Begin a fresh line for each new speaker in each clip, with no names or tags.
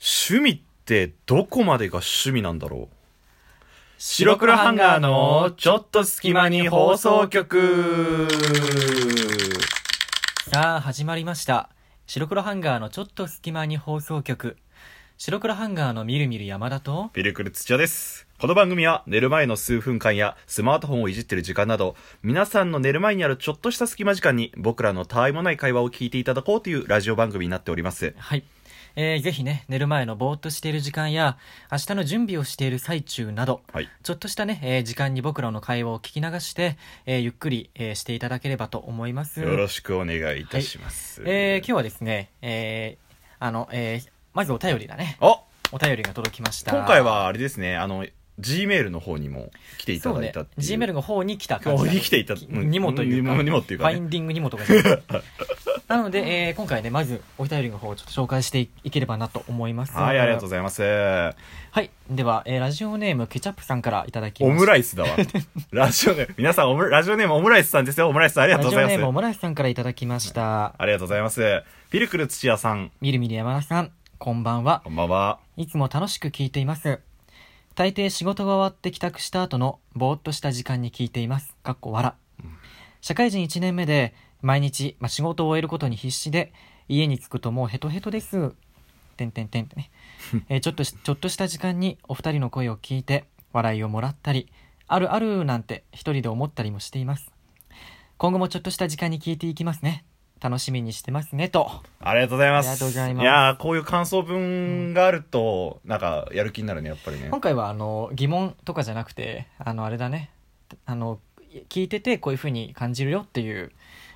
趣味ってどこまでが趣味なんだろう
白黒ハンガーのちょっと隙間に放送局さあ始まりました白黒ハンガーのちょっと隙間に放送局白黒ハンガーのみるみる山田と
ピルクル土屋です。この番組は寝る前の数分間やスマートフォンをいじってる時間など、皆さんの寝る前にあるちょっとした隙間時間に僕らのたわいもない会話を聞いていただこうというラジオ番組になっております。
はい、えー、ぜひね寝る前のぼーっとしている時間や明日の準備をしている最中など
はい。
ちょっとしたね、えー時間に僕らの会話を聞き流して、えーゆっくり、えーしていただければと思います
よろしくお願いいたします。
えー今日はですね、えーあの、えーまずお便りだね。
あ
お便りが届きました。
今回はあれですね、あの、Gmail の方にも来ていた
そう
だい
ね
たって、いう。
Gmail の方に来た感
方
じだ
に来ていた。
にもというか、
にもっていうか
ファイ
ね。
ンディングにもとかじゃない なので、えー今回ね、まずお便りの方をちょっと紹介していければなと思います。
はい、ありがとうご
う
ざいます。オ
はい、では、えーラジオネームケチャップさんからいただきました。
ムライスだわ。ラジオネーム、皆さんオム、ラジオネームオムライスさんですよ。オムライスさん、ありがとうご
ラジ
ざ
オ
います。
ネームオムライスさんからいただきました。
ありがとうございます。ピルクル土屋さん、
みるみる山田さん、こんばんは。
こんばんは。
いつも楽しく聞いています。大抵仕事が終わって帰宅した後のぼーっとした時間に聞いています。かっこ笑。社会人1年目で毎日、まあ、仕事を終えることに必死で家に着くともうヘトヘトです。てんてんてんってね。えーちょっとし、ちょっとした時間にお二人の声を聞いて笑いをもらったり、あるあるなんて一人で思ったりもしています。今後もちょっとした時間に聞いていきますね。楽しみにしてますね、と。
ありがとうございます。
ありがとうございます
やー、こういう感想文があると、なんか、やる気になるね、やっぱりね。
今回はあの疑問とかじゃなくてあのあれだねあの聞いててこういうふうに感じるよっていう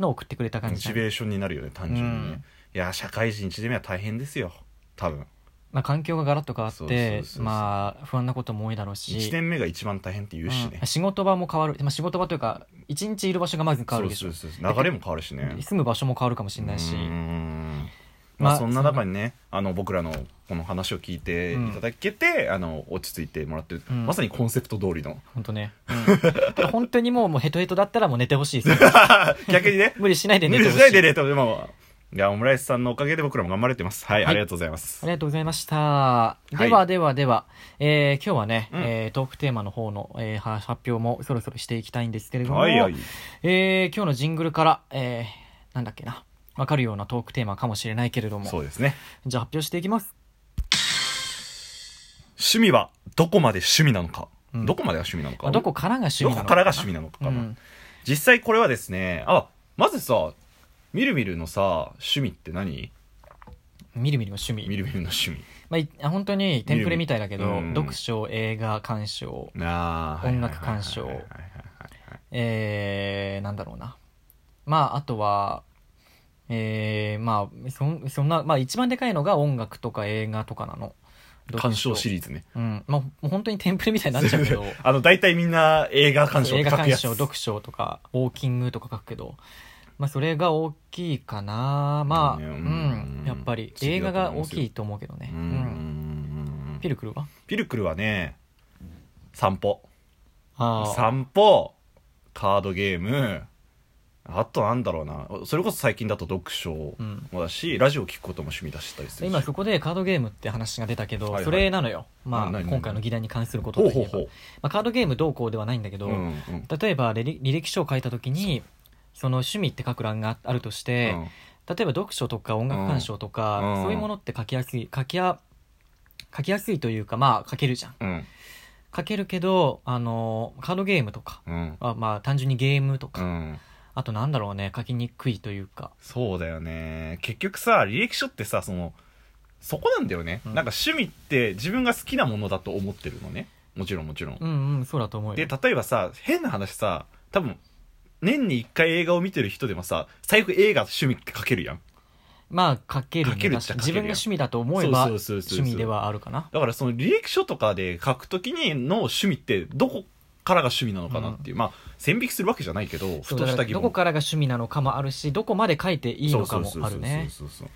のを送ってくれた感
モ
じ
チ
だ
ベ
ね、
ーションになるよね、単純に
う
ね
ん。
いやー、社会人1年目は大変ですよ。多分。
まあ、環境がガラッと変わっ
そうそうそう
て
そう
まあ不安なことも多いだろうし
1年目が一番大変って言うしね
うん。仕事場も変わる、まあ、仕事場というか一日いる場所がまず変わるでしょ
そうそうそう流れも変わるしね。
住む場所も変わるかもしれない
う
し
ーんまあ
まあ
そんな中にねあの僕らのこの話を聞いていただけて、あの落ち着いてもらってる、
うん
まさにコンセプト通 りの
本当ね、うん、ただ本当にもうもうヘトヘトだったらもう寝てほしいです
逆にね
無理しないで
無
寝
理
てほ
し
し
ない
い
でねとでもいやオムライスさんのおかげで僕らも頑張れてますはい、
はい
ありがとうございます
ありがとうございました。
い
ではではでは、えー今日はね、
うん
えートークテーマの方の、えーは発表もそろそろしていきたいんですけれども、
はいはい
えー今日のジングルから、えーなんだっけな、わかるようなトークテーマかもしれないけれども、
そうですね
じゃあ発表していきます。
趣味はどこまで趣味なのか、
うん
どこまでが趣味なの
ま
か
あどこからが趣味
ど
なの
こからが趣味なのか、
うん
実際これはですねあまずさみるみるのさ趣味って何
みるみるの趣
み
味。
るみるの趣味
まあい、本当にテンプレみたいだけど、
みるみるうん
読書、映画、鑑賞、
あー
音楽鑑賞
はいはいはいはい
えー、なんだろうな。まあ、あとは、えー、まあ、そんそんな、まあ一番でかいのが音楽とか映画とかなの。
鑑賞シ
リ
リーズね。
うん。まあ、もう本当にテンプレみたいになっちゃうけど、
あの、大体みんな映画 鑑賞
映画鑑賞、
書くやつ
読書とか、ウォーキングとか書くけど、まあそれが大きいかな。まあ、
う
うんん。やっぱり
不思議
映
だ
画
と思
が
いま
大
すよ
きいと思うけどね。
う
うんん。ピ
ピル
ルクルは
ピルクルはね、散歩。
ああ。
散歩、カードゲーム、あとなんだろうな。それこそ最近だと読書
うん
もだし、ラジオ聞くことも趣味だしたりするし。
今そこでカードゲームって話が出たけど、
はいはい
それなのよ。ま
な
あ、
何
今回の議題に関すること
ほ
と
う
いえば。
ほうほう。
まあ、カードゲームどうこうではないんだけど、
うんうん
例えば履歴履歴書を書いた時にその趣味って書く欄があるとし
う
て、
ん
例えば読書とか音楽鑑賞とか、
うん
そういうものって書きやすい書きや書きやすいというかまあ書けるじゃん
うん
書けるけどあのカードゲームとか
うん
あまあ単純にゲームと
う
か、
ん
あとなんだろうね書きにくいというか
そうだよね結局さ履歴書ってさそのそこなんだよね、
うん
なんか趣味って自分が好きなものだと思ってるのねもちろんもちろん、
うんうんそうだと思うよ
で例えばさ変な話さ多分年に1回映画を見てる人でもさ最悪映画趣味って書けるやん
まあ書ける,、
書けるっちゃ書け
確か
るよ
に自分が趣味だと思えば
そうそうそうそうそう
趣味ではあるかな
だからその履歴書とかで書くときにの趣味ってどこからが趣味なのかなっていう、まあ線引きするわけじゃないけどふ
そう
とし
だか
た
ら
疑
ど
問
こからが趣味なのかもあるしどこまで書いていいのかもあるね
そうそうそうそうそうそう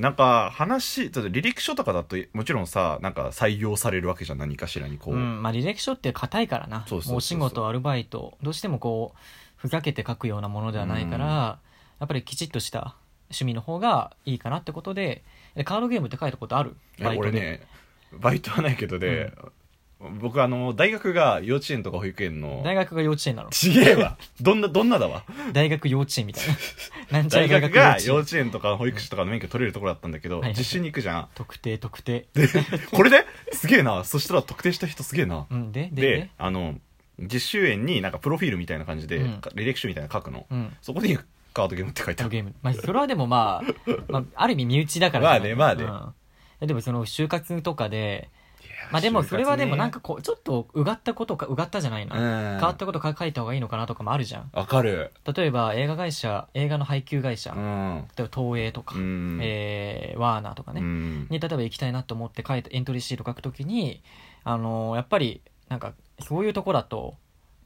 なんか話ちょっと履歴書とかだともちろんさなんか採用されるわけじゃん何かしらにこう、
うんまあ、履歴書って硬いからな
そうそうそうそう
もうお仕事アルバイトどうしてもこうふざけて書くようなものではないから、やっぱりきちっとした趣味の方がいいかなってことでえカードゲームって書いたことある
いや俺ねバイトはないけどで、僕あの大学が幼稚園とか保育園の
大学が幼稚園 なの
ちげえわどんなどんなだわ
大学幼稚園みたい ななんちゃら
大
大
学
学
が幼
幼稚園
稚園とか保育士とかの免許取れるところだったんだけど、
はいはいはい
実習に行くじゃん
特定特定
これですげえなそしたら特定した人すげえな、
うんでで
で
で
あの実習園になんかプロフィールみたいな感じで、
うん
履歴書みたいなの書くの、
うん
そこにカードゲームって書いてあ
カー
る
ドゲーム、まあ、それはでもま あ、まあ、ある意味身内だからじゃない
まあねま
うんでもその就活とかで、
いやー
まあでも
就活
そ
ね
れはでもなんかこう、ちょっとうがったことか、うがったじゃないな。
うん
変わったことか書いた方がいいのかなとかもあるじゃん。
わかる
例えば映画会社、映画の配給会社、
う
例
ん
えば東映とか、
うん
えーワーナーとかね、
うん
に例えば行きたいなと思って書いてエントリーシート書くときに、あのーやっぱりなんかそういうとこだと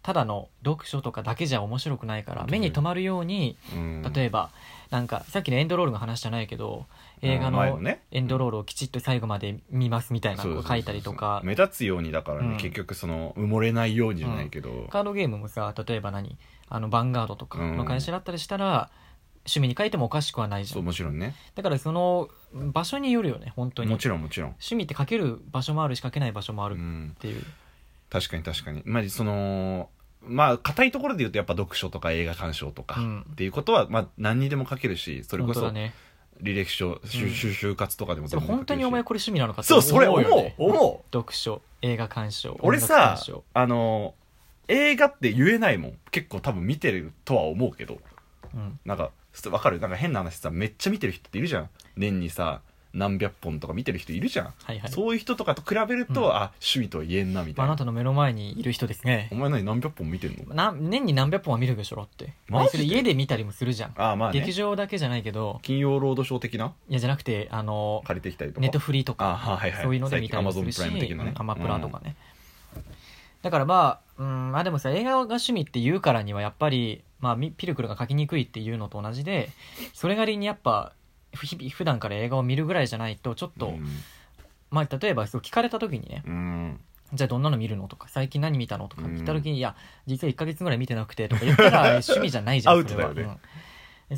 ただの読書とかだけじゃ面白くないから
うん
目に留まるように
うん
例えばなんかさっきのエンドロールの話じゃないけど映画
うん前
の
のね
エンドロールをきちっと最後まで見ますみたいな
そう
の
そ
を
うそう
書いたりとか
目立つようにだからね、
うん
結局その埋もれないようにじゃないけど、
カードゲームもさ例えば何あのバンガードとかの会社だったりしたら趣味に書いてもおかしくはないじ
そ
ゃ
うんもちろんね
だからその場所によるよね本当に
もちろんもちろん、
趣味って書ける場所もあるし書けない場所もあ
う
るっ
ん、
ていう
確かに確かにまあそのまあ硬いところで言うとやっぱ読書とか映画鑑賞とか、
うん
っていうことはまあ何にでも書けるしそれこ
本当
そ
だね
履歴書、就就就活とかでも
でも本当にお前これ趣味なのかって
そうそれ思う
よね
思う
読書映画鑑賞
俺
音楽
さ
鑑賞
あの映画って言えないもん結構多分見てるとは思うけど
うん
なんかすわかるなんか変な話さめっちゃ見てる人っているじゃん年にさ何百本とか見てる人いるじゃん、
はいはい
そういう人とかと比べると、
うん
あ趣味とは言えんなみた
まあ
い
あ
な、
なたの目の前にいる人ですね
お前何何百本見てんの
な年に何百本は見るでしょだって
マジで
それ家で見たりもするじゃん
ああまあね
劇場だけじゃないけど
金曜ロードショー的ない
やじゃなくてあの
借りてきたりとか
ネットフリと
あ
か
はいはい
そういうので見たりもするし
最近 Amazon プライム的なね
うんアマプラとかねだからまあうんあでもさ映画が趣味って言うからにはやっぱりまあみピルクルが書きにくいっていうのと同じでそれなりにやっぱふ日々普段から映画を見るぐらいじゃないとちょっと、まあ例えばそう聞かれた時にね
うん、うん
じゃあどんなの見るのとか最近何見たのとか
うん
言った時に、いや実は1か月ぐらい見てなくてとか言っ たら趣味じゃないじゃん
アウトだよね
それはうん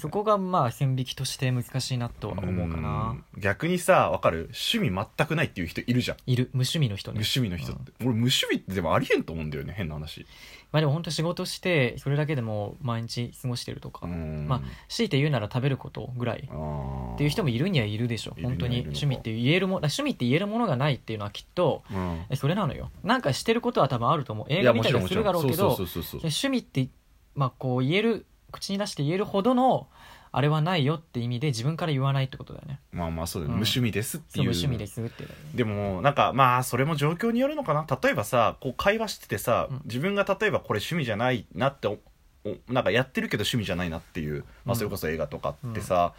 そこがまあ線引きとして難しいなとは思うかな、
うん逆にさわかる趣味全くないっていう人いるじゃん
いる無趣味の人ね
無趣味の人って、俺無趣味ってでもありえんと思うんだよね変な話
まあでも本当仕事してそれだけでもう毎日過ごしてるとか、
うん
まあ強いて言うなら食べることぐらい
あー
っていう人もいるにはいるでしょ
いるにはい
本
るの
当
か
に趣味って言えるもだから趣味って言えるものがないっていうのはきっと
うん
えそれなのよなんかしてることは多分あると思う
いや
映画
も
見
ち
たり
ろん
は
も
す
ちろ
る
ん
だろうけど
そうそうそうそう
趣味ってまあこう言える口に出して言えるほどのあれはないよって意味で自分から言わないってことだよね
まあまあそうだよね、
うん
無趣味ですって
そ
いうう
無趣味ですっていうのはね
でもなんかまあそれも状況によるのかな例えばさこう会話しててさ、
うん
自分が例えばこれ趣味じゃないなっておおなんかやってるけど趣味じゃないなっていう、ま
う
あ、
ん
それこそ映画とかってさ、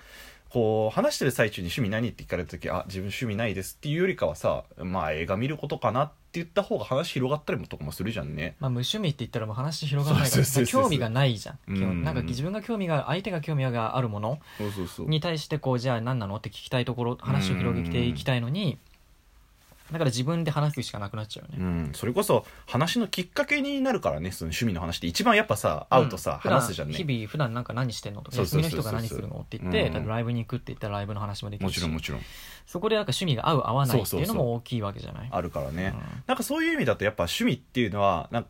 こう話してる最中に趣味何って聞かれた時あ自分趣味ないですっていうよりかはさまあ映画見ることかなって言った方が話広がったりもとかもするじゃんね
まあ、無趣味って言ったらもう話広がらないから
そうそうそうそう
興味がないじゃん
うん
基本なんか自分が興味が相手が興味があるもの
そうそうそう
に対してこうじゃあ何なのって聞きたいところ話を広げていきたいのにだから自分で話すしかなくなっちゃうよ
う
ね、
ん、それこそ話のきっかけになるからねその趣味の話って一番やっぱさ会うとさ、
ん
話すじゃんね
普段日々普段なんか何してんのとか
そう
休
そう
み
そ
の
うそう
人が何するのって言って、
うん
例えばライブに行くって言ったらライブの話もできる
も
し
ちろんもちろん
そこでなんか趣味が合う合わないっていう
そ
の
うそうそう
も大きいわけじゃない
あるからね、なんかそういう意味だとやっぱ趣味っていうのはなんか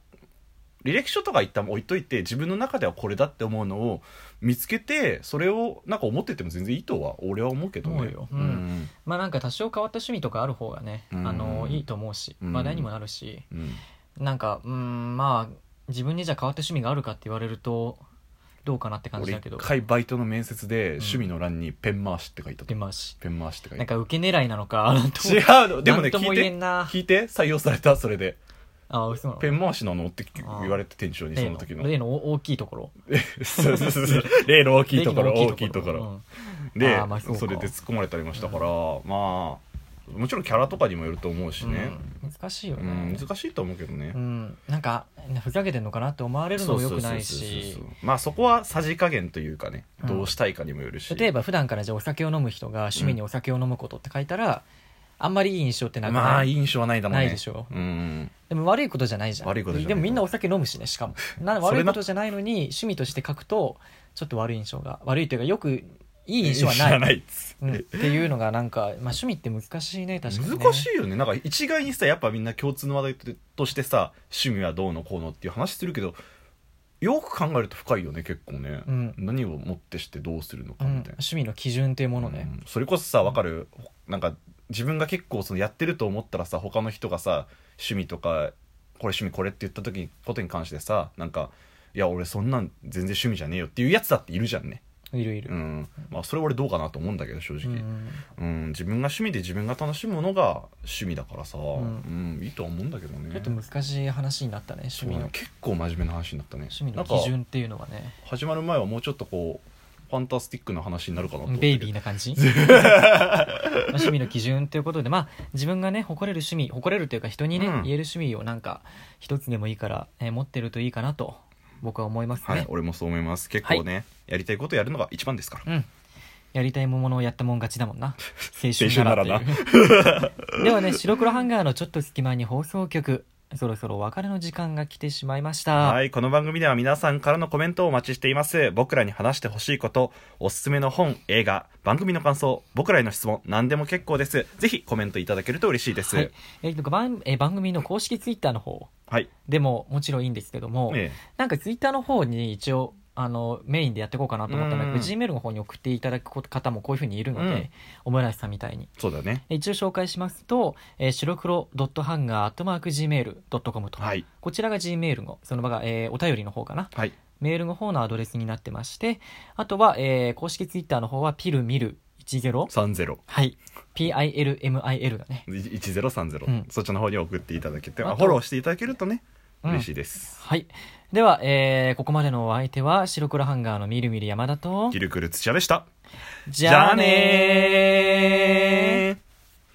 履歴書とか一旦置いといて自分の中ではこれだって思うのを見つけてそれをなんか思ってても全然いいとは俺は思うけどね
思うようん
ん
まあなんか多少変わった趣味とかある方がね、
うん
あのいいと思うし
うん
話題にもなるし、
うん
なんかうんまあ自分にじゃあ変わった趣味があるかって言われるとどうかなって感じ
俺
だ
一
けど
回バイトの面接で趣味の欄に「ペン回し」って書いたと、
でまあし
ペン回しって書い
なん
た
か受け狙いなのかなんとも
違うのでもね
なんとも
聞い
言えん
て
な
聞いて採用されたそれで
ああそう
「
なの
ペン回しなの?」って聞
あー
言われて店長にその時の
例のお大きいところ
そうそうそうそう例の大きいところ
例の
大きいところ、
うん
で
あーまあそう
そ
か
れで突っ込まれたりもしたから、まあもちろんキャラとかにもよると思うしね、
うん難しいよ
う
ね、
ん難しいと思うけどね、
うんなんかふざけてんのかなって思われるの
そう
も
そ
よ
うそう
く
そう
ない
そ
し
うそうまあそこはさじ加減というかね
うん
どうしたいかにもよるし、
例えば普段からじゃあお酒を飲む人が趣味にお酒を飲むことって書いたら、あんまりいい印象ってなくない、
まあ印象はないだもんね
ないでしょ
うん
でも悪いことじゃないじゃん
悪いことじゃない
でもみんなお酒飲むしねしかもな
それな
悪いことじゃないのに趣味として書くとちょっと悪い印象が悪いというかよくいい印象はない
ないっつ
うん、っていうのがなんか、まあ、趣味って難しいね確かに、ね、
難しいよねなんか一概にさやっぱみんな共通の話題としてさ趣味はどうのこうのっていう話するけどよく考えると深いよね結構ね、
うん
何をもってしてどうするの
う
か
ん、
みたいな、
趣味の基準っていうものね、
うんそれこそさわかる、なんか自分が結構そのやってると思ったらさ他の人がさ趣味とかこれ趣味これって言った時にことに関してさなんかいや俺そんなん全然趣味じゃねえよっていうやつだっているじゃんね
いるいる、
うんまあそれ俺どうかなと思うんだけど正
う
直、
ん
うん、自分が趣味で自分が楽しむものが趣味だからさ、うんんいいとは思うんだけどね
ちょっと難しい話になったね趣
そう
味の、
ね結構真面目な話になったね
趣味
な
の
んか
基準っていうのはね
始まる前はもうちょっとこうファンタスティックな話になるかなと思った
ベ
け
イ
ど
ビーな感じ 趣味の基準ということでまあ自分がね誇れる趣味誇れるというか人にね、
うん
言える趣味をなんか一つでもいいから、えー持ってるといいかなと僕は思いますね、
はい俺もそう思います結構ね、やりたいことやるのが一番ですから、
うんやりたいものをやったもん勝ちだもんな青
青
春
春
な
な
ら
ら
って
な
いう ではね白黒ハンガーのちょっと隙間に放送局そろそろお別れの時間が来てしまいました
はい、この番組では皆さんからのコメントをお待ちしています。僕らに話してほしいこと、おすすめの本、映画、番組の感想、僕らへの質問、何でも結構です。ぜひコメントいただけると嬉しいです。
は
はいい、
えーと番えー番組の公式ツイッターの方でももちろんいいんですけども、
ええ
なんかツイッターの方に一応あのメインでやっていこうかなと思ったんだけど
うん
G メールの方に送っていただく方もこういうふうにいるので、
うん
オムライスさんみたいに
そうだね。
一応紹介しますと、えー、白黒ドットハンガー @gmail.com と、
はい
こちらが G メールのその場が、えーお便りの方かな
はい、
メールの方のアドレスになってましてあとは、えー公式ツイッターの方はピルミル10
30。
はい PILMIL がね
1030、
うん
そっちの方に送っていただけて、ま
あ
あ、
と
フォローしていただけるとね、
うん
嬉しいです
はいでは、えーここまでのお相手は白黒ハンガーのみるみる山田と
ギルクル土屋でした
じゃあねー。
ー